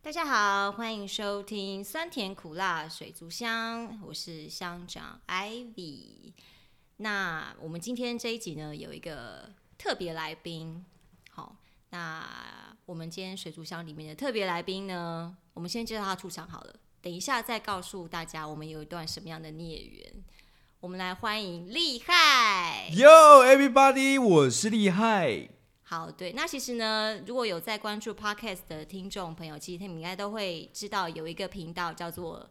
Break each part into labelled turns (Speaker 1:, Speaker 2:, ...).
Speaker 1: 大家好，欢迎收听酸甜苦辣水族箱，我是乡长 Ivy。那我们今天这一集呢，有一个特别来宾。好，那我们今天水族箱里面的特别来宾呢，我们先介绍他出场好了，等一下再告诉大家我们有一段什么样的孽缘。我们来欢迎厉害。
Speaker 2: Yo everybody，我是厉害。
Speaker 1: 好，对，那其实呢，如果有在关注 podcast 的听众朋友，其实他们应该都会知道有一个频道叫做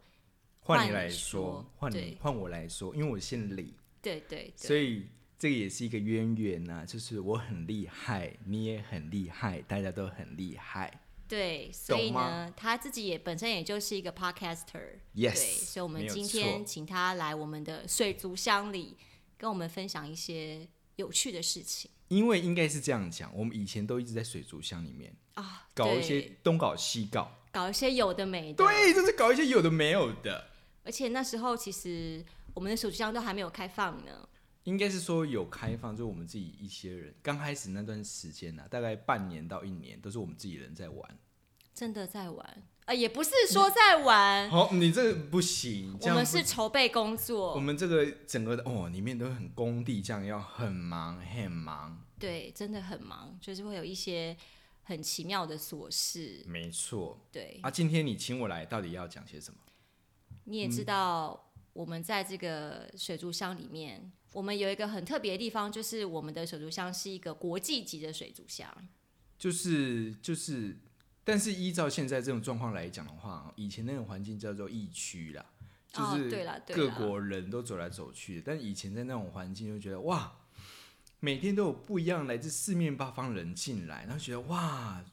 Speaker 2: 换
Speaker 1: 换
Speaker 2: 你
Speaker 1: 你
Speaker 2: 来说
Speaker 1: 说，
Speaker 2: 换你
Speaker 1: 对
Speaker 2: 换我来说，因为我姓李，
Speaker 1: “对对对
Speaker 2: 所以这个也是一个渊源呐、就是我很厉害，你也很厉害，大家都很厉害。
Speaker 1: 对”，所以
Speaker 2: 懂
Speaker 1: 呢
Speaker 2: 吗，
Speaker 1: 他自己也本身也就是一个 podcaster，对，
Speaker 2: Yes，
Speaker 1: 所以我
Speaker 2: 没
Speaker 1: 们
Speaker 2: 有
Speaker 1: 今
Speaker 2: 错
Speaker 1: 天请他来我们的水族箱里跟我们分享一些有趣的事情
Speaker 2: 因为应该是这样讲，我们以前都一直在水族箱里面
Speaker 1: 啊，
Speaker 2: 搞一
Speaker 1: 对
Speaker 2: 些东搞西搞，
Speaker 1: 搞一些有的没的，
Speaker 2: 对，就是搞一些有的没有的。
Speaker 1: 而且那时候其实我们的手机箱都还没有开放呢，
Speaker 2: 应该是说有开放，就是我们自己一些人刚开始那段时间呐、大概半年到一年，都是我们自己人在玩。
Speaker 1: 真的在玩啊，也不是说在玩。
Speaker 2: 好，你这个不行，嗯这
Speaker 1: 我
Speaker 2: 样
Speaker 1: 们
Speaker 2: 不
Speaker 1: 是筹备工
Speaker 2: 我
Speaker 1: 作，
Speaker 2: 们这个整个的哦，里面都很工地，这样要很忙很忙，
Speaker 1: 对，真的很忙，就是会有一些很奇妙的琐事。
Speaker 2: 没错。
Speaker 1: 对，
Speaker 2: 啊，今天你请我来，到底要讲些什么？
Speaker 1: 你
Speaker 2: 嗯
Speaker 1: 也知道，我们在这个水族箱里面，我们有一个很特别的地方，就是我们的水族箱是一个国际级的水族箱。
Speaker 2: 就是就是，但是依照现在这种状况来讲的话，以前那种环境叫做疫区啦，就
Speaker 1: 哦
Speaker 2: 是
Speaker 1: 对啦对
Speaker 2: 各
Speaker 1: 啦
Speaker 2: 国人都走来走去，但以前在那种环境就觉得哇，每天都有不一样来自四面八方人进来，然后觉得哇，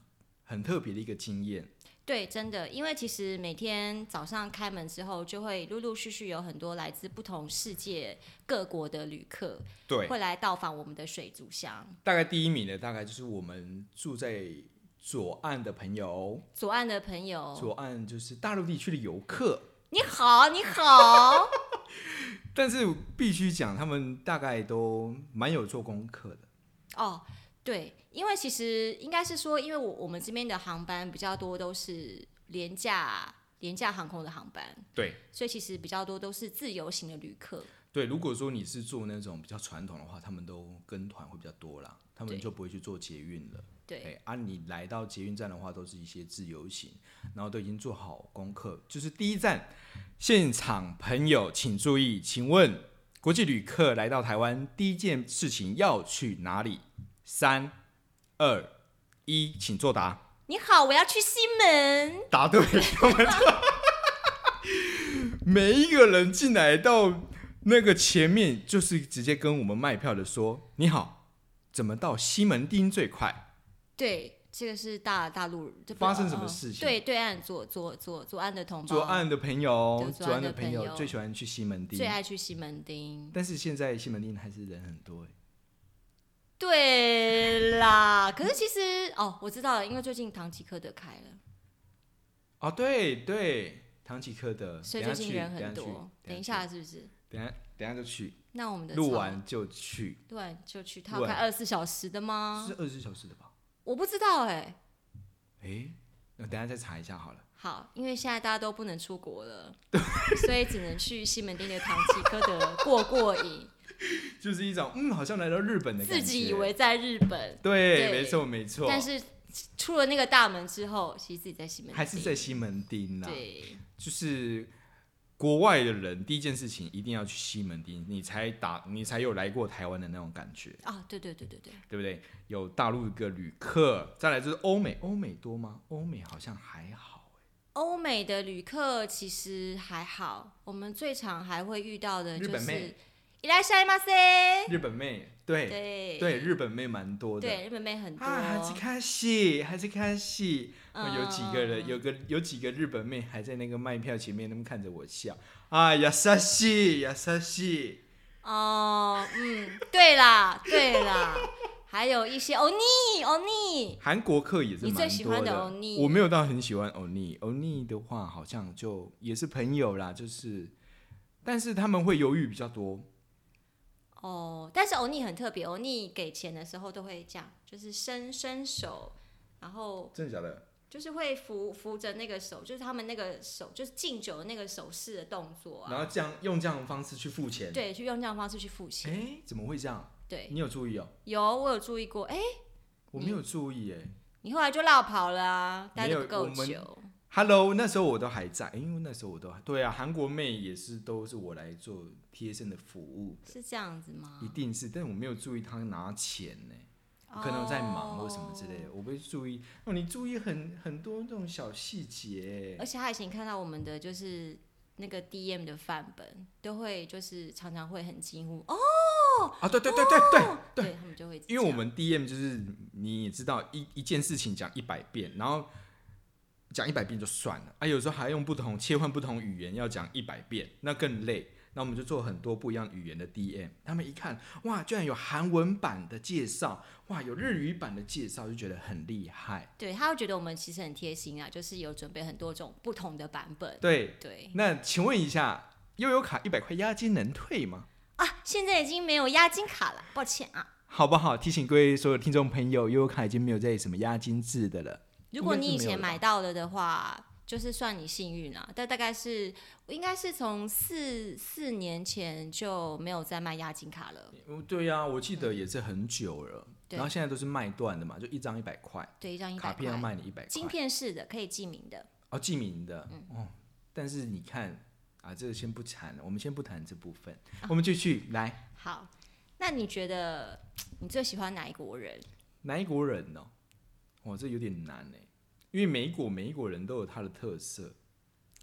Speaker 2: 很特别的一个经验。
Speaker 1: 对，真的，因为其实每天早上开门之后，就会陆陆续续有很多来自不同世界各国的旅客
Speaker 2: 对，
Speaker 1: 会来到访我们的水族箱。
Speaker 2: 大概第一名的大概就是我们住在左岸的朋友，
Speaker 1: 左岸的朋友，
Speaker 2: 左岸就是大陆地区的游客。
Speaker 1: 你好，你好，
Speaker 2: 但是必须讲，他们大概都蛮有做功课的。
Speaker 1: 哦，对，因为其实应该是说，因为我我们这边的航班比较多都是廉价廉价航空的航班，
Speaker 2: 对
Speaker 1: 所以其实比较多都是自由行的旅客。
Speaker 2: 对，如果说你是做那种比较传统的话，他们都跟团会比较多啦，他们
Speaker 1: 对
Speaker 2: 就不会去做捷运了。
Speaker 1: 对，
Speaker 2: 哎啊，你来到捷运站的话，都是一些自由行，然后都已经做好功课，就是第一站，现场朋友请注意，请问国际旅客来到台湾第一件事情要去哪里？三、二、一，请作答。
Speaker 1: 你好，我要去西门。
Speaker 2: 答对，我们就每一个人进来到那个前面，就是直接跟我们卖票的说：“你好，怎么到西门町最快？”
Speaker 1: 对，这个是大大陆这不
Speaker 2: 发生什
Speaker 1: 呃
Speaker 2: 么事情
Speaker 1: 对，对岸左左左左岸的同胞，
Speaker 2: 左岸的朋友
Speaker 1: 对，
Speaker 2: 左岸的朋
Speaker 1: 哦左岸的朋友
Speaker 2: 友最喜欢去西门町
Speaker 1: 最，爱去西门町。
Speaker 2: 但是现在西门町还是人很多欸。
Speaker 1: 对啦， 可是其实哦，我知道了，因为最近唐吉诃德开了，
Speaker 2: 哦，对对，唐吉诃德，
Speaker 1: 所以
Speaker 2: 等
Speaker 1: 最
Speaker 2: 一
Speaker 1: 近
Speaker 2: 下去
Speaker 1: 人很
Speaker 2: 去
Speaker 1: 多。等一
Speaker 2: 去
Speaker 1: 下是不是？
Speaker 2: 等一下等一下就去，
Speaker 1: 那我们的
Speaker 2: 录
Speaker 1: 草
Speaker 2: 完就去，
Speaker 1: 对，就去，他
Speaker 2: 录
Speaker 1: 要
Speaker 2: 完
Speaker 1: 开二十四小时的吗
Speaker 2: 是？二十四小时的吧？
Speaker 1: 我不知道哎、
Speaker 2: 诶，那等一下再查一下好了。
Speaker 1: 好，因为现在大家都不能出国了， 所以只能去西门町的唐吉诃德过过瘾，
Speaker 2: 就是一种嗯，好像来到日本的感
Speaker 1: 自
Speaker 2: 觉。
Speaker 1: 己以为在日本，
Speaker 2: 对，
Speaker 1: 对
Speaker 2: 没错没错，
Speaker 1: 但是出了那个大门之后，其实自己在西门町，
Speaker 2: 还是在西门町呐、
Speaker 1: 对
Speaker 2: 就是国外的人第一件事情一定要去西门町，你才打你才有来过台湾的那种感觉。
Speaker 1: 啊，对对对对对，
Speaker 2: 对不对？有大陆的旅客，再来就是欧美，欧美多吗？欧美好像还好欸、
Speaker 1: 欧美的旅客其实还好，我们最常还会遇到的
Speaker 2: 日
Speaker 1: 就
Speaker 2: 本
Speaker 1: 是
Speaker 2: 妹
Speaker 1: 伊来西马塞，
Speaker 2: 日本妹，对
Speaker 1: 对
Speaker 2: 日本妹蛮多的。
Speaker 1: 对日本妹很多，
Speaker 2: 啊，还在看戏，还在看戏。
Speaker 1: 嗯
Speaker 2: 有几个人，有个有几个日本妹还在那个卖票前面，他们看着我笑。啊，亚莎西，亚莎西，
Speaker 1: 哦，嗯，对啦，对啦，还有一些欧尼欧尼，
Speaker 2: 韩国客也是
Speaker 1: 你
Speaker 2: 蛮多
Speaker 1: 最喜欢的欧尼
Speaker 2: 我没有到很喜欢欧尼，欧尼的话好像就也是朋友啦，就是，但是他们会犹豫比较多。
Speaker 1: 哦，但是欧尼很特别，欧尼给钱的时候都会这样，就是伸伸手，然后
Speaker 2: 真的假的？
Speaker 1: 就是会扶扶着那个手，就是他们那个手，就是敬酒的那个手势的动作
Speaker 2: 然
Speaker 1: 啊，
Speaker 2: 后这样用这样的方式去付钱。，
Speaker 1: 对，去用这样的方式去付
Speaker 2: 哎、
Speaker 1: 钱。
Speaker 2: 怎么会这样？
Speaker 1: 对，
Speaker 2: 你有注意哦？
Speaker 1: 有我有注意过，哎、
Speaker 2: 我没有注意哎、
Speaker 1: 你后来就落跑了啊，待的
Speaker 2: 没有
Speaker 1: 不够
Speaker 2: 我们
Speaker 1: 久。
Speaker 2: Hello，那时候我都还在，因为那时候我都对啊，韩国妹也是都是我来做贴身的服务，
Speaker 1: 是这样子吗？
Speaker 2: 一定是，但是我没有注意她拿钱呢、
Speaker 1: 哦
Speaker 2: 可能在忙或什么之类的，我不会注意。哦，你注意很很多这种小细节
Speaker 1: 而，且他以前看到我们的就是那个 DM 的范本，都会就是常常会很惊呼哦，
Speaker 2: 啊，对对对对对，
Speaker 1: 对他们就会这样，
Speaker 2: 因为我们 DM 就是你也知道一一件事情讲一百遍，然后讲一百遍就算了，啊，有时候还用不同切换不同语言要讲一百遍，那更累。那我们就做很多不一样语言的 DM，他们一看，哇，居然有韩文版的介绍，哇，有日语版的介绍，就觉得很厉害。
Speaker 1: 对他会觉得我们其实很贴心啊，就是有准备很多种不同的版本。
Speaker 2: 对，
Speaker 1: 对
Speaker 2: 那请问一下，悠游卡一百块押金能退吗？
Speaker 1: 啊，现在已经没有押金卡了，抱歉啊。
Speaker 2: 好不好？提醒各位所有听众朋友，悠游卡已经没有在什么押金制的了。
Speaker 1: 如果你以
Speaker 2: 应该是没有
Speaker 1: 前
Speaker 2: 了吧
Speaker 1: 买到了的话，就是算你幸运啊，但大概是应该是从四四年前就没有再卖押金卡了，
Speaker 2: 嗯对呀、我记得也是很久了，
Speaker 1: 对
Speaker 2: 然后现在都是卖断的嘛，就一张一百块，
Speaker 1: 对，一张一
Speaker 2: 卡
Speaker 1: 百
Speaker 2: 片要
Speaker 1: 块，
Speaker 2: 卖你一百
Speaker 1: 晶
Speaker 2: 块，
Speaker 1: 片式的可以记名的，
Speaker 2: 哦，记名的，
Speaker 1: 嗯
Speaker 2: 哦，但是你看啊，这个先不谈，我们先不谈这部分，
Speaker 1: 啊
Speaker 2: 我们继续来
Speaker 1: 好，那你觉得你最喜欢哪一国人？
Speaker 2: 哪一国人呢、哦？哇，这有点难哎，因为每一国每一国人都有他的特色，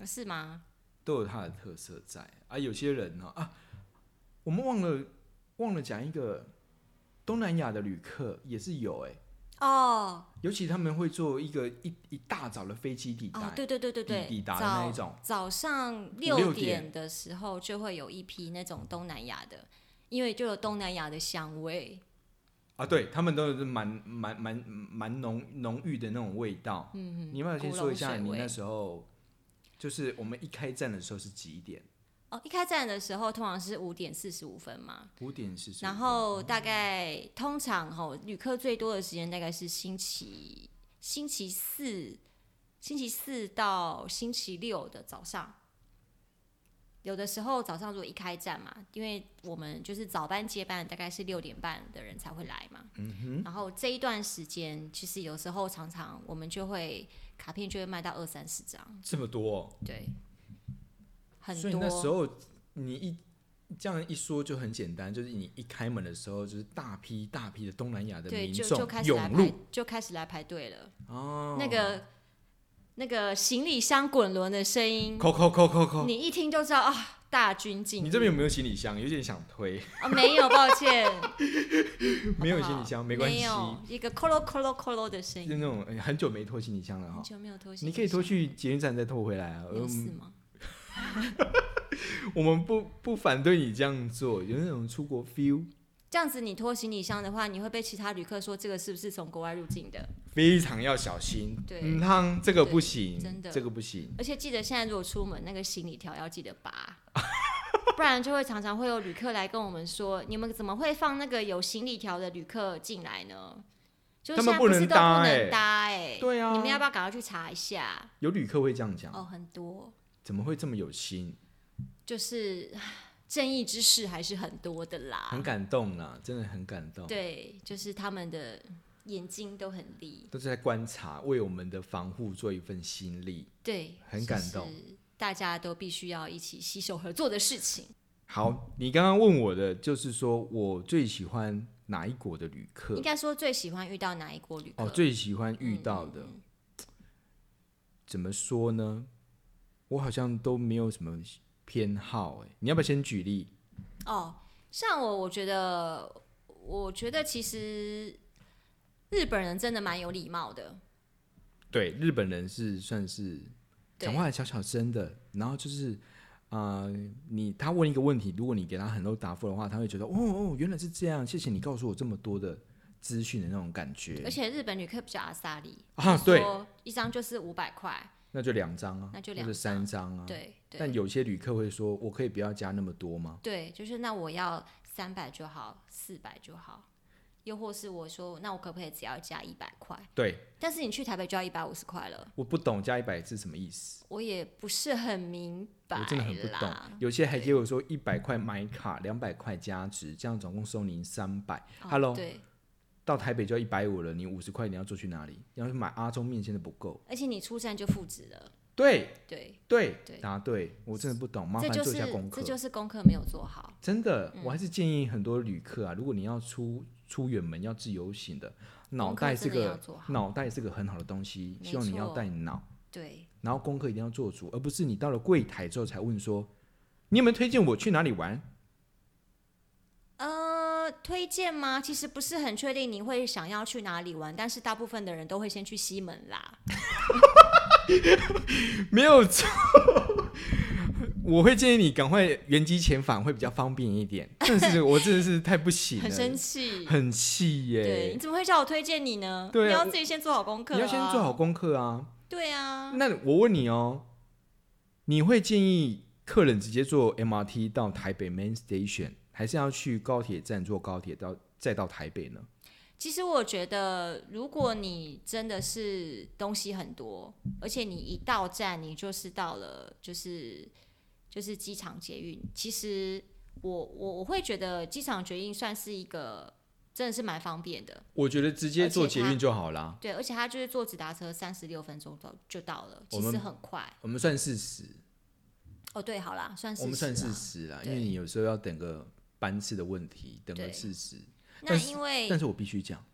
Speaker 1: 是吗？
Speaker 2: 都有他的特色在啊。有些人呢、啊，我们忘了忘了讲一个东南亚的旅客也是有哎，
Speaker 1: 哦
Speaker 2: 尤其他们会坐一个一一大早的飞机抵达。
Speaker 1: 哦，对对对对对，
Speaker 2: 抵达的那
Speaker 1: 早
Speaker 2: 一种，
Speaker 1: 早上
Speaker 2: 六
Speaker 1: 六
Speaker 2: 点
Speaker 1: 点的时候就会有一批那种东南亚的，因为就有东南亚的香味。
Speaker 2: 啊，对他们都是蛮蛮蛮蛮浓浓郁的那种味道。嗯你要不要先说一
Speaker 1: 古
Speaker 2: 下
Speaker 1: 龙
Speaker 2: 你
Speaker 1: 水味
Speaker 2: 那时候，就是我们一开站的时候是几点？
Speaker 1: 哦，一开站的时候通常是五点四十五分嘛，
Speaker 2: 五点是十五
Speaker 1: 然后大概通常吼、旅客最多的时间大概是星期星期四，星期四到星期六的早上。有的时候早上如果一开站嘛，因为我们就是早班接班，大概是六点半的人才会来嘛。嗯、然后这一段时间，其实有时候常常我们就会卡片就会卖到二三十张，
Speaker 2: 这么多，哦
Speaker 1: 对，很
Speaker 2: 所以那时
Speaker 1: 多。
Speaker 2: 候你一这样一说就很简单，就是你一开门的时候，就是大批大批的东南亚的
Speaker 1: 对，
Speaker 2: 民
Speaker 1: 就
Speaker 2: 众
Speaker 1: 就开始来
Speaker 2: 涌
Speaker 1: 排
Speaker 2: 入，
Speaker 1: 就开始来排队了。
Speaker 2: 哦，
Speaker 1: 那个那个行李箱滚轮的声音，
Speaker 2: 扣扣扣扣扣，
Speaker 1: 你一听就知道啊，大军进入。
Speaker 2: 你这边有没有行李箱？有点想推，
Speaker 1: 啊、没有？抱歉，好不好
Speaker 2: 没有行李箱没关系
Speaker 1: 没有一个 colo colo colo 的声
Speaker 2: 就
Speaker 1: 音，
Speaker 2: 那种哎很久没拖行李箱了
Speaker 1: 很
Speaker 2: 哈。
Speaker 1: 久没有拖行
Speaker 2: 你
Speaker 1: 李箱，
Speaker 2: 可以拖去捷运站再拖回来啊，
Speaker 1: 有
Speaker 2: 我们
Speaker 1: 事吗？
Speaker 2: 我们不不反对你这样做，有那种出国 feel，
Speaker 1: 这样子你拖行李箱的话，你会被其他旅客说这个是不是从国外入境的？
Speaker 2: 非常要小心。
Speaker 1: 对
Speaker 2: 嗯，汤这个不行，
Speaker 1: 对真的
Speaker 2: 这个不行。
Speaker 1: 而且记得现在如果出门，那个行李条要记得拔， 不然就会常常会有旅客来跟我们说，你们怎么会放那个有行李条的旅客进来呢？就是
Speaker 2: 他
Speaker 1: 现
Speaker 2: 们
Speaker 1: 在
Speaker 2: 不能
Speaker 1: 是都不
Speaker 2: 搭欸
Speaker 1: 能搭哎、
Speaker 2: 对啊
Speaker 1: 你们要不要赶快去查一下？
Speaker 2: 有旅客会这样讲，
Speaker 1: 哦，很多，
Speaker 2: 怎么会这么有心？
Speaker 1: 就是唉正义之士还是很多的
Speaker 2: 很
Speaker 1: 啦。
Speaker 2: 感动啦，真的很感动。
Speaker 1: 啊对，就是他们的眼睛都很利，
Speaker 2: 都是在观察，为我们的防护做一份心力。
Speaker 1: 对，
Speaker 2: 很感动，
Speaker 1: 大家都必须要一起携手合作的事情。
Speaker 2: 好，你刚刚问我的就是说我最喜欢哪一国的旅
Speaker 1: 应
Speaker 2: 客？
Speaker 1: 该说最喜欢遇到哪一国旅客？
Speaker 2: 哦，最喜欢遇到
Speaker 1: 嗯
Speaker 2: 的，怎么说呢？我好像都没有什么偏好、哎，你要不要先举例？
Speaker 1: 哦，像我，我觉得，我觉得其实日本人真的蛮有礼貌的，
Speaker 2: 对，日本人是算是
Speaker 1: 对
Speaker 2: 讲话小小声的，然后就是啊、呃你他问一个问题，如果你给他很多答复的话，他会觉得哦哦，原来是这样，谢谢你告诉我这么多的资讯的那种感觉
Speaker 1: 而且日本旅客比较阿萨利
Speaker 2: 啊。
Speaker 1: 说
Speaker 2: 对，
Speaker 1: 一张就是五百块，
Speaker 2: 那就两张啊，
Speaker 1: 那就
Speaker 2: 或者
Speaker 1: 两张
Speaker 2: 三张啊。，
Speaker 1: 对对
Speaker 2: 但有些旅客会说，我可以不要加那么多吗？
Speaker 1: 对，就是那我要三百就好，四百就好，又或是我说，那我可不可以只要加一百块？
Speaker 2: 对，
Speaker 1: 但是你去台北就要一百五十块了，
Speaker 2: 我不懂加一百是什么意思，
Speaker 1: 我也不是很明白啦。
Speaker 2: 我真的很不懂。有些还给我说一百块买卡，两百块加值，这样总共收您三百。
Speaker 1: 哦
Speaker 2: Hello，
Speaker 1: 对，
Speaker 2: 到台北就要一百五了，你五十块你要做去哪里？你要去买阿中面线的不够。
Speaker 1: 而且你出站就复职了，
Speaker 2: 对
Speaker 1: 对，
Speaker 2: 对
Speaker 1: 对
Speaker 2: 答对，我真的不懂，麻
Speaker 1: 这
Speaker 2: 烦
Speaker 1: 就
Speaker 2: 做一
Speaker 1: 是
Speaker 2: 下功课
Speaker 1: 这。就是功课没有做好。
Speaker 2: 真的，我还是建议很多旅客啊，如果你要出出远门要自由行的，脑
Speaker 1: 功课
Speaker 2: 袋是
Speaker 1: 真的要
Speaker 2: 个
Speaker 1: 做好
Speaker 2: 脑袋是个很好的东西，
Speaker 1: 没
Speaker 2: 希望你要
Speaker 1: 错
Speaker 2: 带脑，
Speaker 1: 对，
Speaker 2: 然后功课一定要做足，而不是你到了柜台之后才问说，你有没有推荐我去哪里玩？
Speaker 1: 呃，推荐吗？其实不是很确定你会想要去哪里玩，但是大部分的人都会先去西门啦。
Speaker 2: 没有错， 我会建议你赶快原机遣返会比较方便 一点。但是我真的是太不行了，
Speaker 1: 很生气，
Speaker 2: 很气耶、
Speaker 1: 对，你怎么会叫我推荐你呢？
Speaker 2: 对啊
Speaker 1: 你要
Speaker 2: 我
Speaker 1: 自己先做好功课、啊，
Speaker 2: 你要先做好。功课啊。
Speaker 1: 对啊，
Speaker 2: 那我问你哦，你会建议客人直接坐 MRT 到台北 Main Station，还是要去高铁站坐高铁到再到台北呢？
Speaker 1: 其实我觉得，如果你真的是东西很多，而且你一到站你就是到了，就是就是机场捷运，其实我我我会觉得机场捷运算是一个真的是蛮方便的。
Speaker 2: 我觉得直
Speaker 1: 接坐捷运
Speaker 2: 就好啦。
Speaker 1: 对，而且它就是坐直达车三十六分钟到就到了，
Speaker 2: 我
Speaker 1: 其
Speaker 2: 们
Speaker 1: 实很快。
Speaker 2: 我们算四十，
Speaker 1: 哦，对，好啦，算是
Speaker 2: 我们算
Speaker 1: 是
Speaker 2: 四。十啦，因
Speaker 1: 对
Speaker 2: 为你有时候要等个班次的问题，等个
Speaker 1: 对
Speaker 2: 四十。
Speaker 1: 那
Speaker 2: 但是
Speaker 1: 因为
Speaker 2: 但是我必须讲，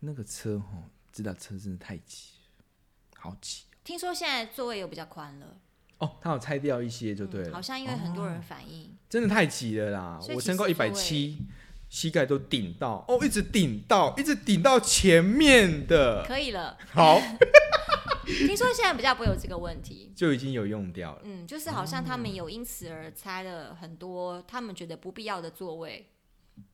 Speaker 2: 那个车哈，直达车真的太挤了，好挤
Speaker 1: 听说现在座位又比较宽了，
Speaker 2: 哦。它有拆掉一些
Speaker 1: 嗯
Speaker 2: 就对了，哦
Speaker 1: 好像因为很多人反映，
Speaker 2: 真的太挤了啦！
Speaker 1: 所以
Speaker 2: 我
Speaker 1: 其
Speaker 2: 身高一
Speaker 1: 实
Speaker 2: 百
Speaker 1: 座
Speaker 2: 七，膝盖都顶到哦，一直顶到，一直顶到前面的，
Speaker 1: 可以了。
Speaker 2: 好
Speaker 1: 听说现在比较不会有这个问题。
Speaker 2: 就已经有用掉了。
Speaker 1: 嗯，就是好像他们有因此而拆了很多他们觉得不必要的座位，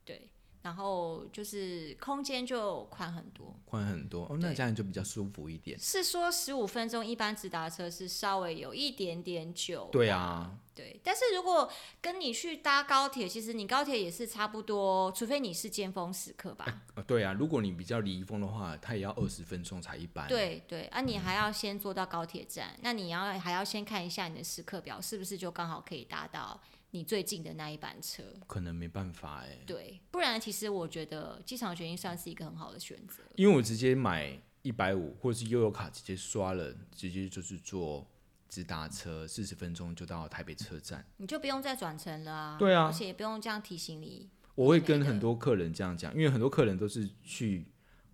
Speaker 1: 对，然后就是空间就宽很多。
Speaker 2: 宽很多哦，那
Speaker 1: 对
Speaker 2: 这样就比较舒服一点。
Speaker 1: 是说十五分钟一般直达车是稍微有一点点久，
Speaker 2: 对啊，
Speaker 1: 对，但是如果跟你去搭高铁，其实你高铁也是差不多，除非你是尖峰时刻吧。
Speaker 2: 呃对啊，如果你比较离峰的话，它也要二十分钟才一班。，
Speaker 1: 对对，啊，
Speaker 2: 嗯
Speaker 1: 你还要先坐到高铁站，那你要还要先看一下你的时刻表，是不是就刚好可以搭到你最近的那一班车？
Speaker 2: 可能没办法哎、
Speaker 1: 对，不然其实我觉得机场学运算是一个很好的选择。
Speaker 2: 因为我直接买一百五，或者是悠游卡直接刷了，直接就是坐直达车，四十分钟就到台北车站。
Speaker 1: 你就不用再转乘了啊。
Speaker 2: 对啊
Speaker 1: 而且也不用这样提醒你。
Speaker 2: 我会
Speaker 1: 之类
Speaker 2: 跟
Speaker 1: 的
Speaker 2: 很多客人这样讲，因为很多客人都是去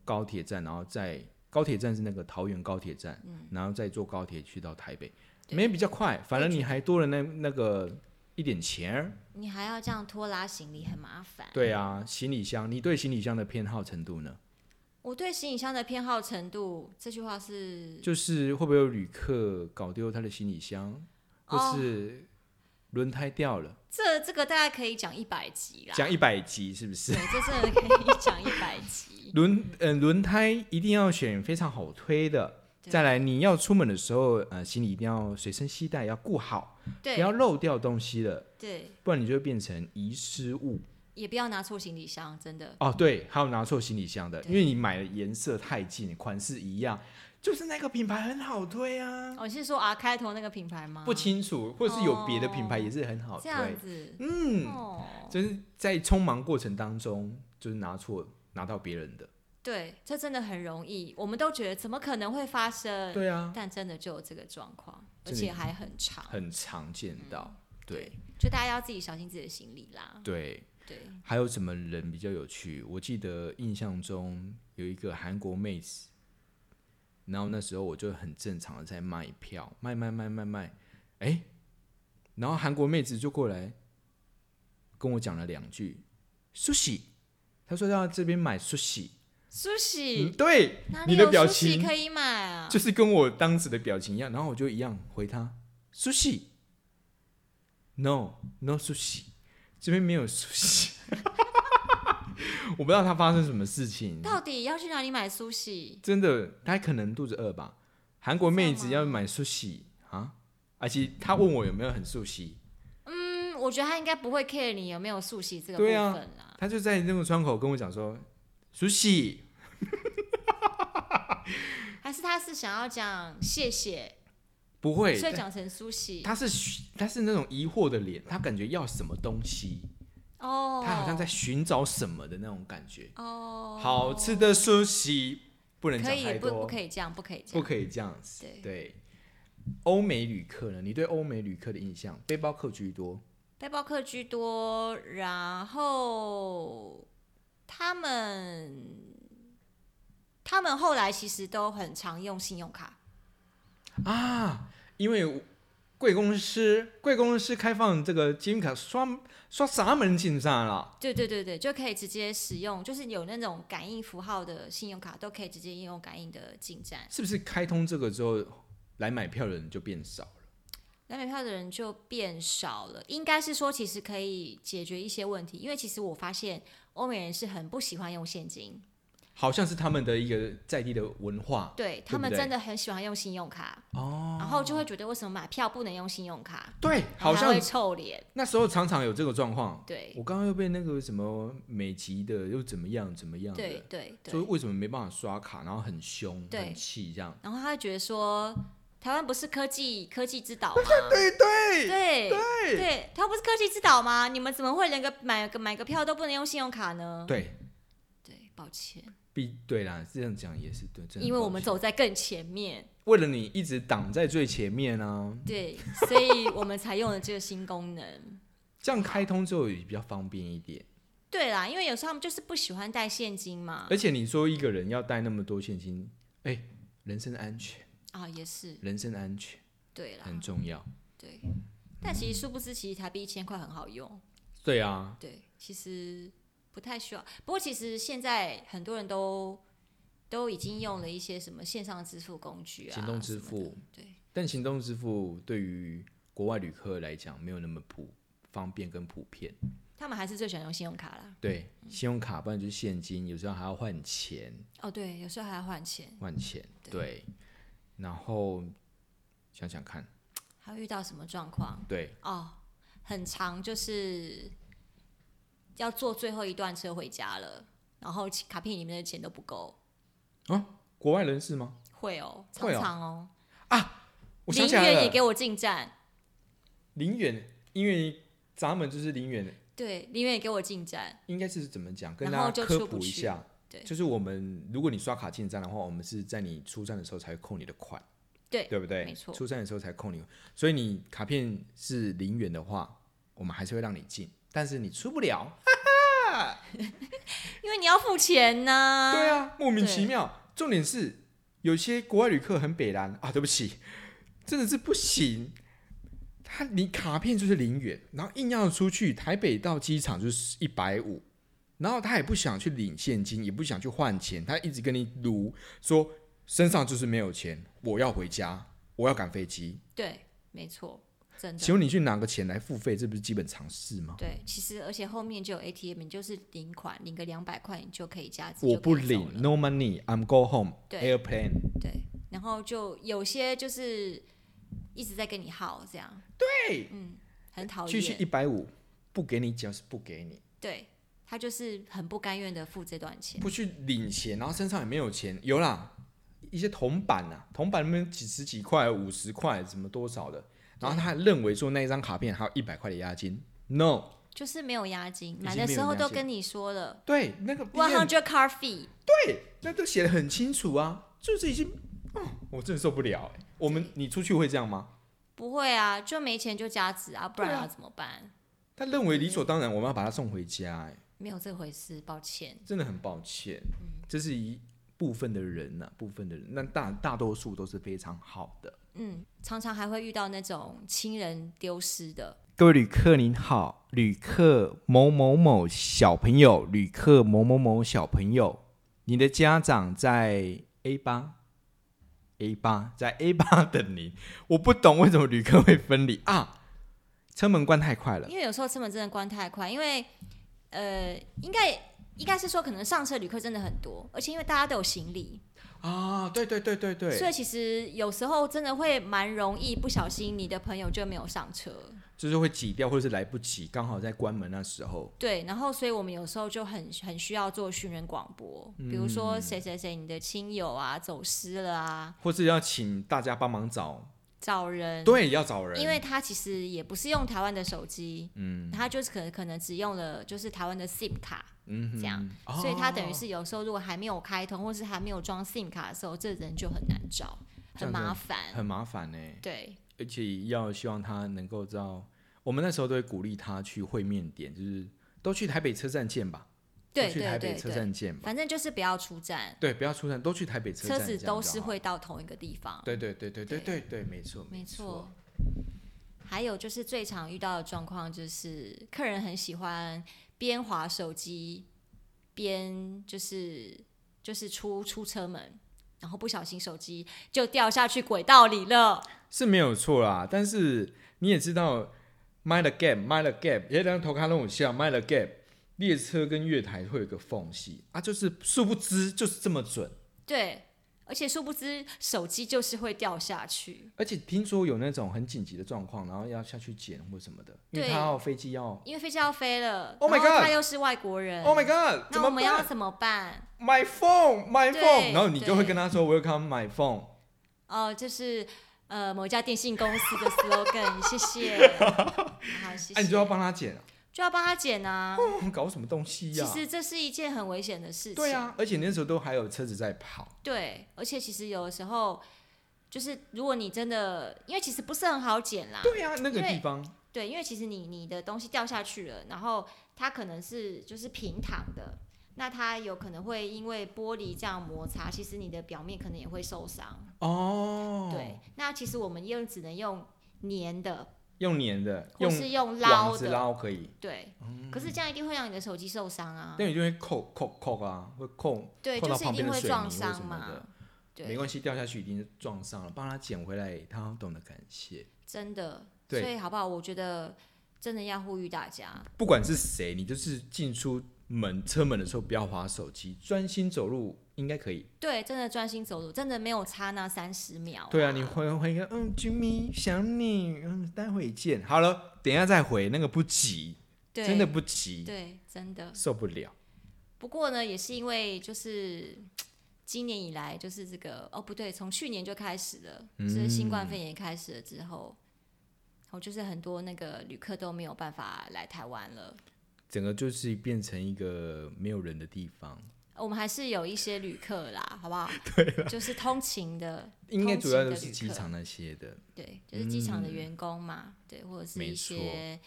Speaker 2: 高铁站，然后在高铁站是那个桃园高铁站，然后再坐高铁去到台北，
Speaker 1: 嗯对
Speaker 2: 没比较快，反而你还多了那那个一点钱儿。
Speaker 1: 你还要这样拖拉行李，很麻烦。
Speaker 2: 对啊，
Speaker 1: 嗯
Speaker 2: 行李箱，你对行李箱的偏好程度呢？
Speaker 1: 我对行李箱的偏好程度，这句话是
Speaker 2: 就是会不会有旅客搞丢他的行李箱，或
Speaker 1: 哦
Speaker 2: 是轮胎掉了？
Speaker 1: 这这个大概可以讲一百集啦。
Speaker 2: 讲一百集是不是
Speaker 1: 对？，这真的可以讲一百集。
Speaker 2: 轮嗯、轮胎一定要选非常好推的。
Speaker 1: 对
Speaker 2: 再来，你要出门的时候，呃，行李一定要随身携带，要顾好，不要
Speaker 1: 对
Speaker 2: 漏掉东西了，
Speaker 1: 对，
Speaker 2: 不然你就会变成遗失物。
Speaker 1: 也不要拿错行李箱，真的。
Speaker 2: 哦，对，还有拿错行李箱的，
Speaker 1: 对
Speaker 2: 因为你买的颜色太近，款式一样，就是那个品牌很好推啊，
Speaker 1: 我、哦、你是说 R 开头那个品牌吗？
Speaker 2: 不清楚，或是有别的品牌
Speaker 1: 啊哦
Speaker 2: 也是很好
Speaker 1: 这
Speaker 2: 推，
Speaker 1: 样子。
Speaker 2: 嗯，
Speaker 1: 哦，
Speaker 2: 就是在匆忙过程当中，就是拿错拿到别人的，
Speaker 1: 对，这真的很容易。我们都觉得怎么可能会发生？
Speaker 2: 对啊，
Speaker 1: 但真的就有这个状况，而
Speaker 2: 真的
Speaker 1: 且还很长，
Speaker 2: 很常见到，对
Speaker 1: 就大家要自己小心自己的行李啦。
Speaker 2: 嗯对。
Speaker 1: 对，
Speaker 2: 还有什么人比较有趣？我记得印象中有一个韩国妹子，然后那时候我就很正常的在卖票，卖卖卖卖卖，哎、然后韩国妹子就过来跟我讲了两句 sushi，她说要这边买 sushi，
Speaker 1: 苏
Speaker 2: 嗯，
Speaker 1: 喜、
Speaker 2: 对，
Speaker 1: 哪
Speaker 2: 你
Speaker 1: 里
Speaker 2: 的
Speaker 1: 有
Speaker 2: 表
Speaker 1: 苏喜
Speaker 2: 情
Speaker 1: 可以买啊？
Speaker 2: 就是跟我当时的表情一样，然后我就一样回她 sushi，no no sushi，这边没有 sushi。我不知道她发生什么事情，
Speaker 1: 到底要去哪里买苏喜？
Speaker 2: 真的，她可能肚子饿吧。韩国妹子
Speaker 1: 这样
Speaker 2: 要买 sushi 啊，而且她问我有没有很 sushi，
Speaker 1: 嗯，我觉得他应该不会 care 你有没有素喜这个部
Speaker 2: 对啊
Speaker 1: 分啦。
Speaker 2: 她就在那个窗口跟我讲说苏西，
Speaker 1: 还是他是想要讲谢谢，
Speaker 2: 不会，
Speaker 1: 所以讲成苏西
Speaker 2: 他是他是那种疑惑的脸，他感觉要什么东西，
Speaker 1: 哦，
Speaker 2: 他好像在寻找什么的那种感觉。
Speaker 1: 哦，
Speaker 2: 好吃的苏西不能
Speaker 1: 可
Speaker 2: 讲太
Speaker 1: 以不
Speaker 2: 多，
Speaker 1: 不可以这样，不可以这
Speaker 2: 不
Speaker 1: 样，
Speaker 2: 可以这样子。
Speaker 1: 对
Speaker 2: 对，欧美旅客呢？你对欧美旅客的印象，背包客居多，
Speaker 1: 背包客居多，然后他们他们后来其实都很常用信用卡，
Speaker 2: 因为贵公司贵公司开放这个金卡刷刷啥门进上了？
Speaker 1: 对对对对，就可以直接使用，就是有那种感应符号的信用卡都可以直接应用感应的进站。
Speaker 2: 是不是开通这个之后，来买票的人就变少了？
Speaker 1: 来买票的人就变少了，应该是说其实可以解决一些问题，因为其实我发现欧美人是很不喜欢用现金，
Speaker 2: 好像是他们的一个在地的文化
Speaker 1: 对他们
Speaker 2: 对不对
Speaker 1: 真的很喜欢用信用卡哦，然后就会觉得为什么买票不能用信用卡，
Speaker 2: 对，
Speaker 1: 然后
Speaker 2: 好
Speaker 1: 还
Speaker 2: 像
Speaker 1: 会臭脸，
Speaker 2: 那时候常常有这个状况。
Speaker 1: 对
Speaker 2: 我刚刚又被那个什么美籍的又怎么样怎么样
Speaker 1: 对
Speaker 2: 的，
Speaker 1: 对
Speaker 2: 所以
Speaker 1: 对，
Speaker 2: 为什么没办法刷卡，然后很凶
Speaker 1: 对
Speaker 2: 很气这样？
Speaker 1: 然后他会觉得说台湾不是科技科技之岛吗？对
Speaker 2: 对
Speaker 1: 对对对，他不是科技之岛吗？你们怎么会连个买个买个票都不能用信用卡呢？
Speaker 2: 对，
Speaker 1: 对，抱歉，
Speaker 2: 必对啦，这样讲也是对，真的很
Speaker 1: 因为
Speaker 2: 抱
Speaker 1: 我们
Speaker 2: 歉
Speaker 1: 走在更前面。
Speaker 2: 为了你一直挡在最前面啊，
Speaker 1: 对，所以我们才用了这个新功能。
Speaker 2: 这样开通之后也比较方便一点。
Speaker 1: 对啦，因为有时候他们就是不喜欢带现金嘛
Speaker 2: 而。且你说一个人要带那么多现金，哎、人身安全，
Speaker 1: 啊，也是，
Speaker 2: 人身安全
Speaker 1: 对啊啦，
Speaker 2: 很重要。
Speaker 1: 对。但其实殊不知，其实台币一千块很好用。
Speaker 2: 对啊，
Speaker 1: 对，其实不太需要。不过其实现在很多人都都已经用了一些什么线上支付工具啊，
Speaker 2: 行动支
Speaker 1: 什么
Speaker 2: 付
Speaker 1: 的。对，
Speaker 2: 但行动支付对于国外旅客来讲没有那么普方便跟普遍。
Speaker 1: 他们还是最喜欢用信用卡啦。
Speaker 2: 对，信用卡不然就是现金，有时候还要换钱，
Speaker 1: 哦，对，有时候还要换钱，
Speaker 2: 换钱。对，然后想想看，
Speaker 1: 还会遇到什么状况？
Speaker 2: 对，
Speaker 1: 哦，很长，就是要坐最后一段车回家了，然后卡片里面的钱都不够，
Speaker 2: 国外人士吗？
Speaker 1: 会哦，常
Speaker 2: 会哦
Speaker 1: 常哦，
Speaker 2: 我
Speaker 1: 林
Speaker 2: 想起来
Speaker 1: 远
Speaker 2: 了
Speaker 1: 也，给我进站，
Speaker 2: 林远，因为咱们就是林远，
Speaker 1: 对，林远也给我进站，
Speaker 2: 应该是怎么讲？跟
Speaker 1: 然后
Speaker 2: 大家
Speaker 1: 就
Speaker 2: 科
Speaker 1: 出不
Speaker 2: 普一
Speaker 1: 去
Speaker 2: 下，
Speaker 1: 对
Speaker 2: 就是我们如果你刷卡进站的话，我们是在你出站的时候才会扣你的款，
Speaker 1: 对
Speaker 2: 对不对？
Speaker 1: 没错
Speaker 2: 出站的时候才扣你，所以你卡片是零元的话，我们还是会让你进，但是你出不了。
Speaker 1: 因为你要付钱呐、
Speaker 2: 对啊，莫名
Speaker 1: 对
Speaker 2: 其妙。重点是有些国外旅客很北蓝啊，对不起，真的是不行。他你卡片就是零元，然后硬要出去台北到机场就是一百五，然后他也不想去领现金，也不想去换钱，他一直跟你撸说身上就是没有钱，我要回家，我要赶飞机。
Speaker 1: 对，没错，真的。
Speaker 2: 请问你去拿个钱来付费，这不是基本常识吗？
Speaker 1: 对，其实而且后面就有 ATM，你就是领款，领个两百块你就可以加值。
Speaker 2: 我不
Speaker 1: 就可以走
Speaker 2: 领
Speaker 1: 了
Speaker 2: ，no money，I'm go home
Speaker 1: 对
Speaker 2: airplane。
Speaker 1: 对，然后就有些就是一直在跟你耗这样。
Speaker 2: 对，
Speaker 1: 嗯，很讨厌。
Speaker 2: 继续一百五，不给你就是不给你。
Speaker 1: 对他就是很不甘愿的付这段钱。
Speaker 2: 不去领钱，然后身上也没有钱，有啦，一些铜板啊，铜板那边几十几块、五十块，什么多少的，然后他还认为说那一张卡片还有一百块的押金，no，
Speaker 1: 就是没有押金，买
Speaker 2: 经
Speaker 1: 的
Speaker 2: 没
Speaker 1: 时
Speaker 2: 有
Speaker 1: 候
Speaker 2: 押
Speaker 1: 都
Speaker 2: 金
Speaker 1: 跟你说了
Speaker 2: 对，那个
Speaker 1: ，one
Speaker 2: 店
Speaker 1: hundred car fee。
Speaker 2: 对，那都写的很清楚啊，就是已经，哦，我真的受不了、欸，我们你出去会这样吗？
Speaker 1: 不会啊，就没钱就加值啊，不然要怎么办？
Speaker 2: 他认为理所当然，我们要把他送回家、欸，
Speaker 1: 没有这回事，抱歉。
Speaker 2: 真的很抱歉，这是一部分的人呐、部分的人，那大大多数都是非常好的。
Speaker 1: 嗯，常常还会遇到那种亲人丢失的，
Speaker 2: 各位旅客您好，旅客某某某小朋友，旅客某某某小朋友，你的家长在 A 八，A 八在 A 八等您。我不懂为什么旅客会分离啊，车门关太快了。
Speaker 1: 因为有时候车门真的关太快，因为呃，应该应该是说可能上车旅客真的很多，而且因为大家都有行李，
Speaker 2: 啊，对对对对
Speaker 1: 所
Speaker 2: 对，
Speaker 1: 以其实有时候真的会蛮容易不小心你的朋友就没有上车。
Speaker 2: 就是会挤掉或者是来不及，刚好在关门那时候。
Speaker 1: 对，然后所以我们有时候就很很需要做寻人广播，比如
Speaker 2: 嗯
Speaker 1: 说谁谁谁你的亲友啊走失了啊，
Speaker 2: 或是要请大家帮忙找，
Speaker 1: 找人。
Speaker 2: 对，要找人，
Speaker 1: 嗯因为他其实也不是用台湾的手机，嗯，他就是可能可能只用了就是台湾的 SIM 卡，
Speaker 2: 嗯哼哦
Speaker 1: 这样，所以他等于是有时候如果还没有开通，或是还没有装 SIM 卡的时候，这人就很难找，
Speaker 2: 这
Speaker 1: 很
Speaker 2: 样
Speaker 1: 麻
Speaker 2: 子
Speaker 1: 烦。
Speaker 2: 很麻烦呢、欸
Speaker 1: 对，
Speaker 2: 而且要希望他能够知道，我们那时候都会鼓励他去会面点，就是都去台北车站见吧，
Speaker 1: 对
Speaker 2: 都去
Speaker 1: 对
Speaker 2: 台北
Speaker 1: 对
Speaker 2: 车
Speaker 1: 对，
Speaker 2: 站见吧，
Speaker 1: 反正就是不要出站，
Speaker 2: 对，不要出站，都去台北车
Speaker 1: 车
Speaker 2: 站，
Speaker 1: 子
Speaker 2: 这样
Speaker 1: 都
Speaker 2: 就是好，
Speaker 1: 会到同一个地方。
Speaker 2: 对对对对对对对，没错
Speaker 1: 没
Speaker 2: 错
Speaker 1: 错，。还有就是最常遇到的状况就是，客人很喜欢边划手机边就是就是出出车门，然后不小心手机就掉下去轨道里了。
Speaker 2: 是没有错啦，但是你也知道，my the gap，my the gap，也让头卡让我笑，my the gap。列车跟月台会有一个缝隙啊，就是殊不知就是这么准，
Speaker 1: 对，而且殊不知手机就是会掉下去，
Speaker 2: 而且听说有那种很紧急的状况，然后要下去捡或什么的，因为
Speaker 1: 对
Speaker 2: 他要飞机要。
Speaker 1: 因为飞机要飞了
Speaker 2: Oh my
Speaker 1: 然后
Speaker 2: God
Speaker 1: 他又是外国人
Speaker 2: Oh my god！
Speaker 1: 那
Speaker 2: 怎
Speaker 1: 我
Speaker 2: 么
Speaker 1: 们要
Speaker 2: 办
Speaker 1: 怎么办？
Speaker 2: ？My phone, my
Speaker 1: 对
Speaker 2: phone。然后你就会
Speaker 1: 对
Speaker 2: 跟他说 Welcome my phone。
Speaker 1: 哦、就是呃某一家电信公司的 slogan，谢 谢。好，谢谢。
Speaker 2: 哎，你就要帮他捡啊，
Speaker 1: 就要帮他捡啊。
Speaker 2: 搞什么东西
Speaker 1: 其
Speaker 2: 呀？
Speaker 1: 实这是一件很危险的事情。
Speaker 2: 对啊，而且那时候都还有车子在跑，
Speaker 1: 对而且其实有的时候，就是如果你真的，因为其实不是很好捡啦，
Speaker 2: 对啊，那个
Speaker 1: 因为
Speaker 2: 地方
Speaker 1: 对，因为其实你你的东西掉下去了，然后它可能是就是平躺的，那它有可能会因为玻璃这样摩擦，其实你的表面可能也会受伤。
Speaker 2: 哦，
Speaker 1: 对，，那其实我们用只能用粘的，
Speaker 2: 用粘的，
Speaker 1: 或
Speaker 2: 用
Speaker 1: 是用
Speaker 2: 网
Speaker 1: 捞
Speaker 2: 子
Speaker 1: 的，
Speaker 2: 捞可以，
Speaker 1: 对。可是这样一定会让你的手机受伤啊，
Speaker 2: 但你就会扣扣扣啊，会扣，
Speaker 1: 对，
Speaker 2: 碰
Speaker 1: 就
Speaker 2: 到
Speaker 1: 是一
Speaker 2: 旁边
Speaker 1: 定
Speaker 2: 的
Speaker 1: 会
Speaker 2: 水
Speaker 1: 撞
Speaker 2: 泥或什
Speaker 1: 伤
Speaker 2: 么
Speaker 1: 嘛
Speaker 2: 的。
Speaker 1: 对，
Speaker 2: 没关系，掉下去一定是撞伤了，帮他捡回来，他要懂得感谢。
Speaker 1: 真的，所
Speaker 2: 对
Speaker 1: 以好不好？我觉得真的要呼吁大家，
Speaker 2: 不管是谁，你就是进出门车门的时候不要划手机，专心走路应该可以。
Speaker 1: 对，真的专心走路，真的没有差那三十秒。
Speaker 2: 对啊，你回回一个嗯，Jimmy 想你，嗯，待会见。好了，等一下再回，那个不急，
Speaker 1: 对
Speaker 2: 真的不急，
Speaker 1: 对，真的。
Speaker 2: 受不了。
Speaker 1: 不过呢，也是因为就是今年以来，就是这个哦，不对，从去年就开始了，
Speaker 2: 嗯
Speaker 1: 就是新冠肺炎开始了之后。我就是很多那个旅客都没有办法来台湾了，
Speaker 2: 整个就是变成一个没有人的地方，
Speaker 1: 我们还是有一些旅客啦，好不 好？对，就是通勤的，
Speaker 2: 应该
Speaker 1: 通
Speaker 2: 主
Speaker 1: 勤
Speaker 2: 要
Speaker 1: 的
Speaker 2: 都是
Speaker 1: 旅
Speaker 2: 机
Speaker 1: 客
Speaker 2: 场那些的。
Speaker 1: 对，就是机场的员工嘛，对，或者是
Speaker 2: 嗯没
Speaker 1: 一些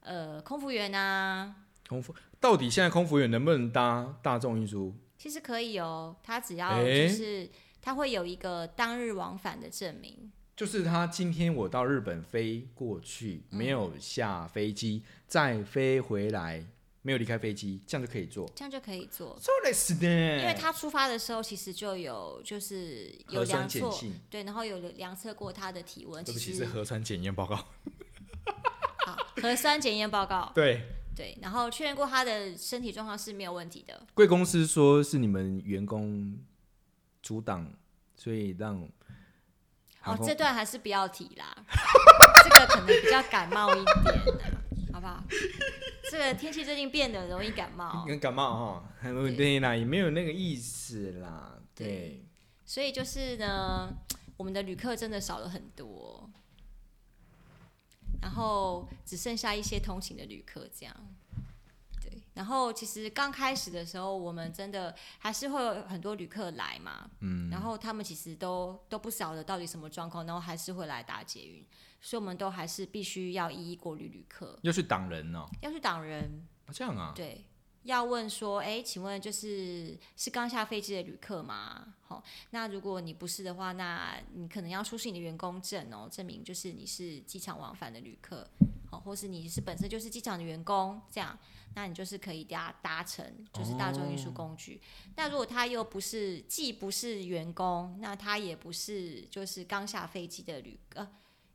Speaker 1: 呃空服员啊，
Speaker 2: 空服到底现在空服员能不能搭大众运输？
Speaker 1: 其实可以哦，他只要
Speaker 2: 诶
Speaker 1: 就是、他会有一个当日往返的证明，
Speaker 2: 就是他今天我到日本飞过去，没有下飞机，再飞回来，没有离开飞机，这样就可以做。
Speaker 1: 这样就可以做。
Speaker 2: そうです
Speaker 1: 因为
Speaker 2: ね。
Speaker 1: 他出发的时候其实就有就是有
Speaker 2: 哎核酸
Speaker 1: 量
Speaker 2: 检
Speaker 1: 测，
Speaker 2: 信，
Speaker 1: 对，然后有量测过他的体温，其
Speaker 2: 对不起，是
Speaker 1: 实
Speaker 2: 核酸检验报告。
Speaker 1: 好核酸检验报告，
Speaker 2: 对，
Speaker 1: 对，然后确认过他的身体状况是没有问题的，
Speaker 2: 贵公司说是你们员工阻挡，所以让航
Speaker 1: 哦，
Speaker 2: 空、
Speaker 1: 这段还是不要提啦， 这个可能比较感冒一点啦，好不好？这个天气最近变得容易感冒，
Speaker 2: 跟感冒哈，还没有
Speaker 1: 哦对
Speaker 2: 对啦，也没有那个意思啦。对
Speaker 1: 对，所以就是呢，我们的旅客真的少了很多，然后只剩下一些通勤的旅客这样。对，然后其实刚开始的时候，我们真的还是会有很多旅客来嘛，嗯，然后他们其实都都不晓得到底什么状况，然后还是会来打捷运，所以我们都还是必须要一一过滤旅客，
Speaker 2: 要去挡人哦、
Speaker 1: 要去挡人，
Speaker 2: 啊这样啊，
Speaker 1: 对，要问说，哎，请问就是是刚下飞机的旅客吗？好、那如果你不是的话，那你可能要出示你的员工证哦，证明就是你是机场往返的旅客，好、或是你是本身就是机场的员工，这样，那你就是可以搭搭乘就是大众运输工具。那如果他又不是既不是员工，那他也不是就是刚下飞机的旅呃。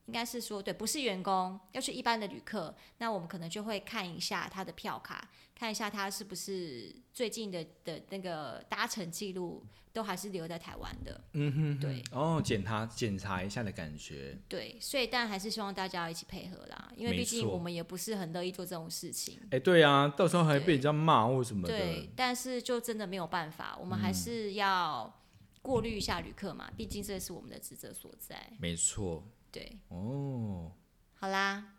Speaker 1: 应该是说对，不是员工，要去一般的旅客，那我们可能就会看一下他的票卡，看一下他是不是最近的的那个搭乘记录都还是留在台湾的。
Speaker 2: 嗯哼，
Speaker 1: 对
Speaker 2: 哦，检查检查一下的感觉，
Speaker 1: 对，所以但还是希望大家一起配合啦，因为
Speaker 2: 没
Speaker 1: 毕竟
Speaker 2: 错
Speaker 1: 我们也不是很乐意做这种事情。
Speaker 2: 哎、对啊，到时候还被
Speaker 1: 对
Speaker 2: 人家骂或什么的，嗯
Speaker 1: 对，但是就真的没有办法，我们还是要过滤一下旅客嘛，毕竟这是我们的职责所在。
Speaker 2: 没错，
Speaker 1: 对，
Speaker 2: 哦，
Speaker 1: 好啦，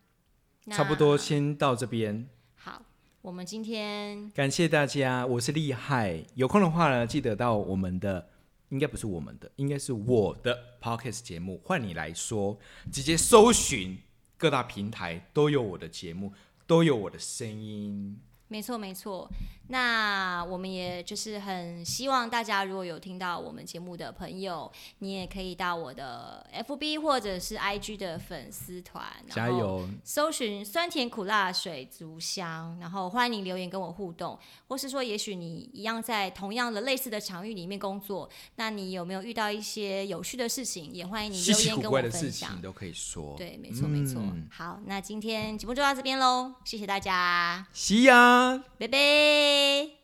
Speaker 1: 那
Speaker 2: 差不多先到这边，
Speaker 1: 好，我们今天
Speaker 2: 感谢大家，我是厉害，有空的话呢，记得到我们的。应该不是我们的，应该是我的 podcast 节目。换你来说，直接搜寻各大平台都有我的节目，都有我的声音。
Speaker 1: 没错没错，那我们也就是很希望大家如果有听到我们节目的朋友，你也可以到我的 FB 或者是 IG 的粉丝团，
Speaker 2: 加！油！
Speaker 1: 搜寻酸甜苦辣水族箱，然后欢迎你留言跟我互动，或是说，也许你一样在同样的类似的场域里面工作，那你有没有遇到一些有趣的事情？也欢迎哎你
Speaker 2: 稀
Speaker 1: 留
Speaker 2: 奇
Speaker 1: 言
Speaker 2: 古
Speaker 1: 跟我
Speaker 2: 怪的
Speaker 1: 分
Speaker 2: 事
Speaker 1: 享
Speaker 2: 情。都可以说。
Speaker 1: 对，没错没错。
Speaker 2: 嗯
Speaker 1: 好，那今天节目就到这边喽，谢谢大家，
Speaker 2: See ya.
Speaker 1: 拜拜。